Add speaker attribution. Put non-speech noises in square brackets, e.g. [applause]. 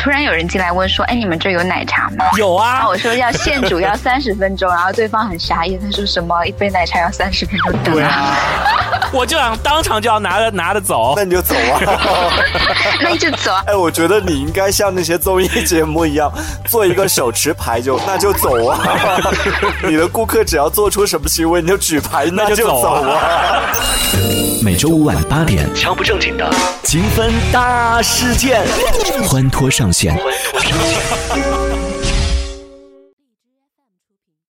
Speaker 1: 突然有人进来问说：“哎，你们这儿有奶茶吗？”
Speaker 2: 有
Speaker 1: 然
Speaker 2: 啊
Speaker 1: 后，我说要现煮要三十分钟，然后对方很傻眼，他说什么一杯奶茶要三十分钟等啊？
Speaker 2: 我就想当场就要拿着拿着走
Speaker 3: 那。你就走啊！
Speaker 1: [laughs]
Speaker 3: [laughs]
Speaker 1: 那就走啊。
Speaker 3: 哎，我觉得你应该像那些综艺节目一样，做一个手持牌就那就走啊！ [laughs] 你的顾客只要做出什么行为，你就举牌
Speaker 2: 那就
Speaker 3: 就
Speaker 2: 走啊
Speaker 3: 走啊！ [laughs]
Speaker 4: 每周五晚八点，
Speaker 5: 敲不正经的，
Speaker 4: 勤奋大事件，欢脱上线。
Speaker 5: 欢脱上线。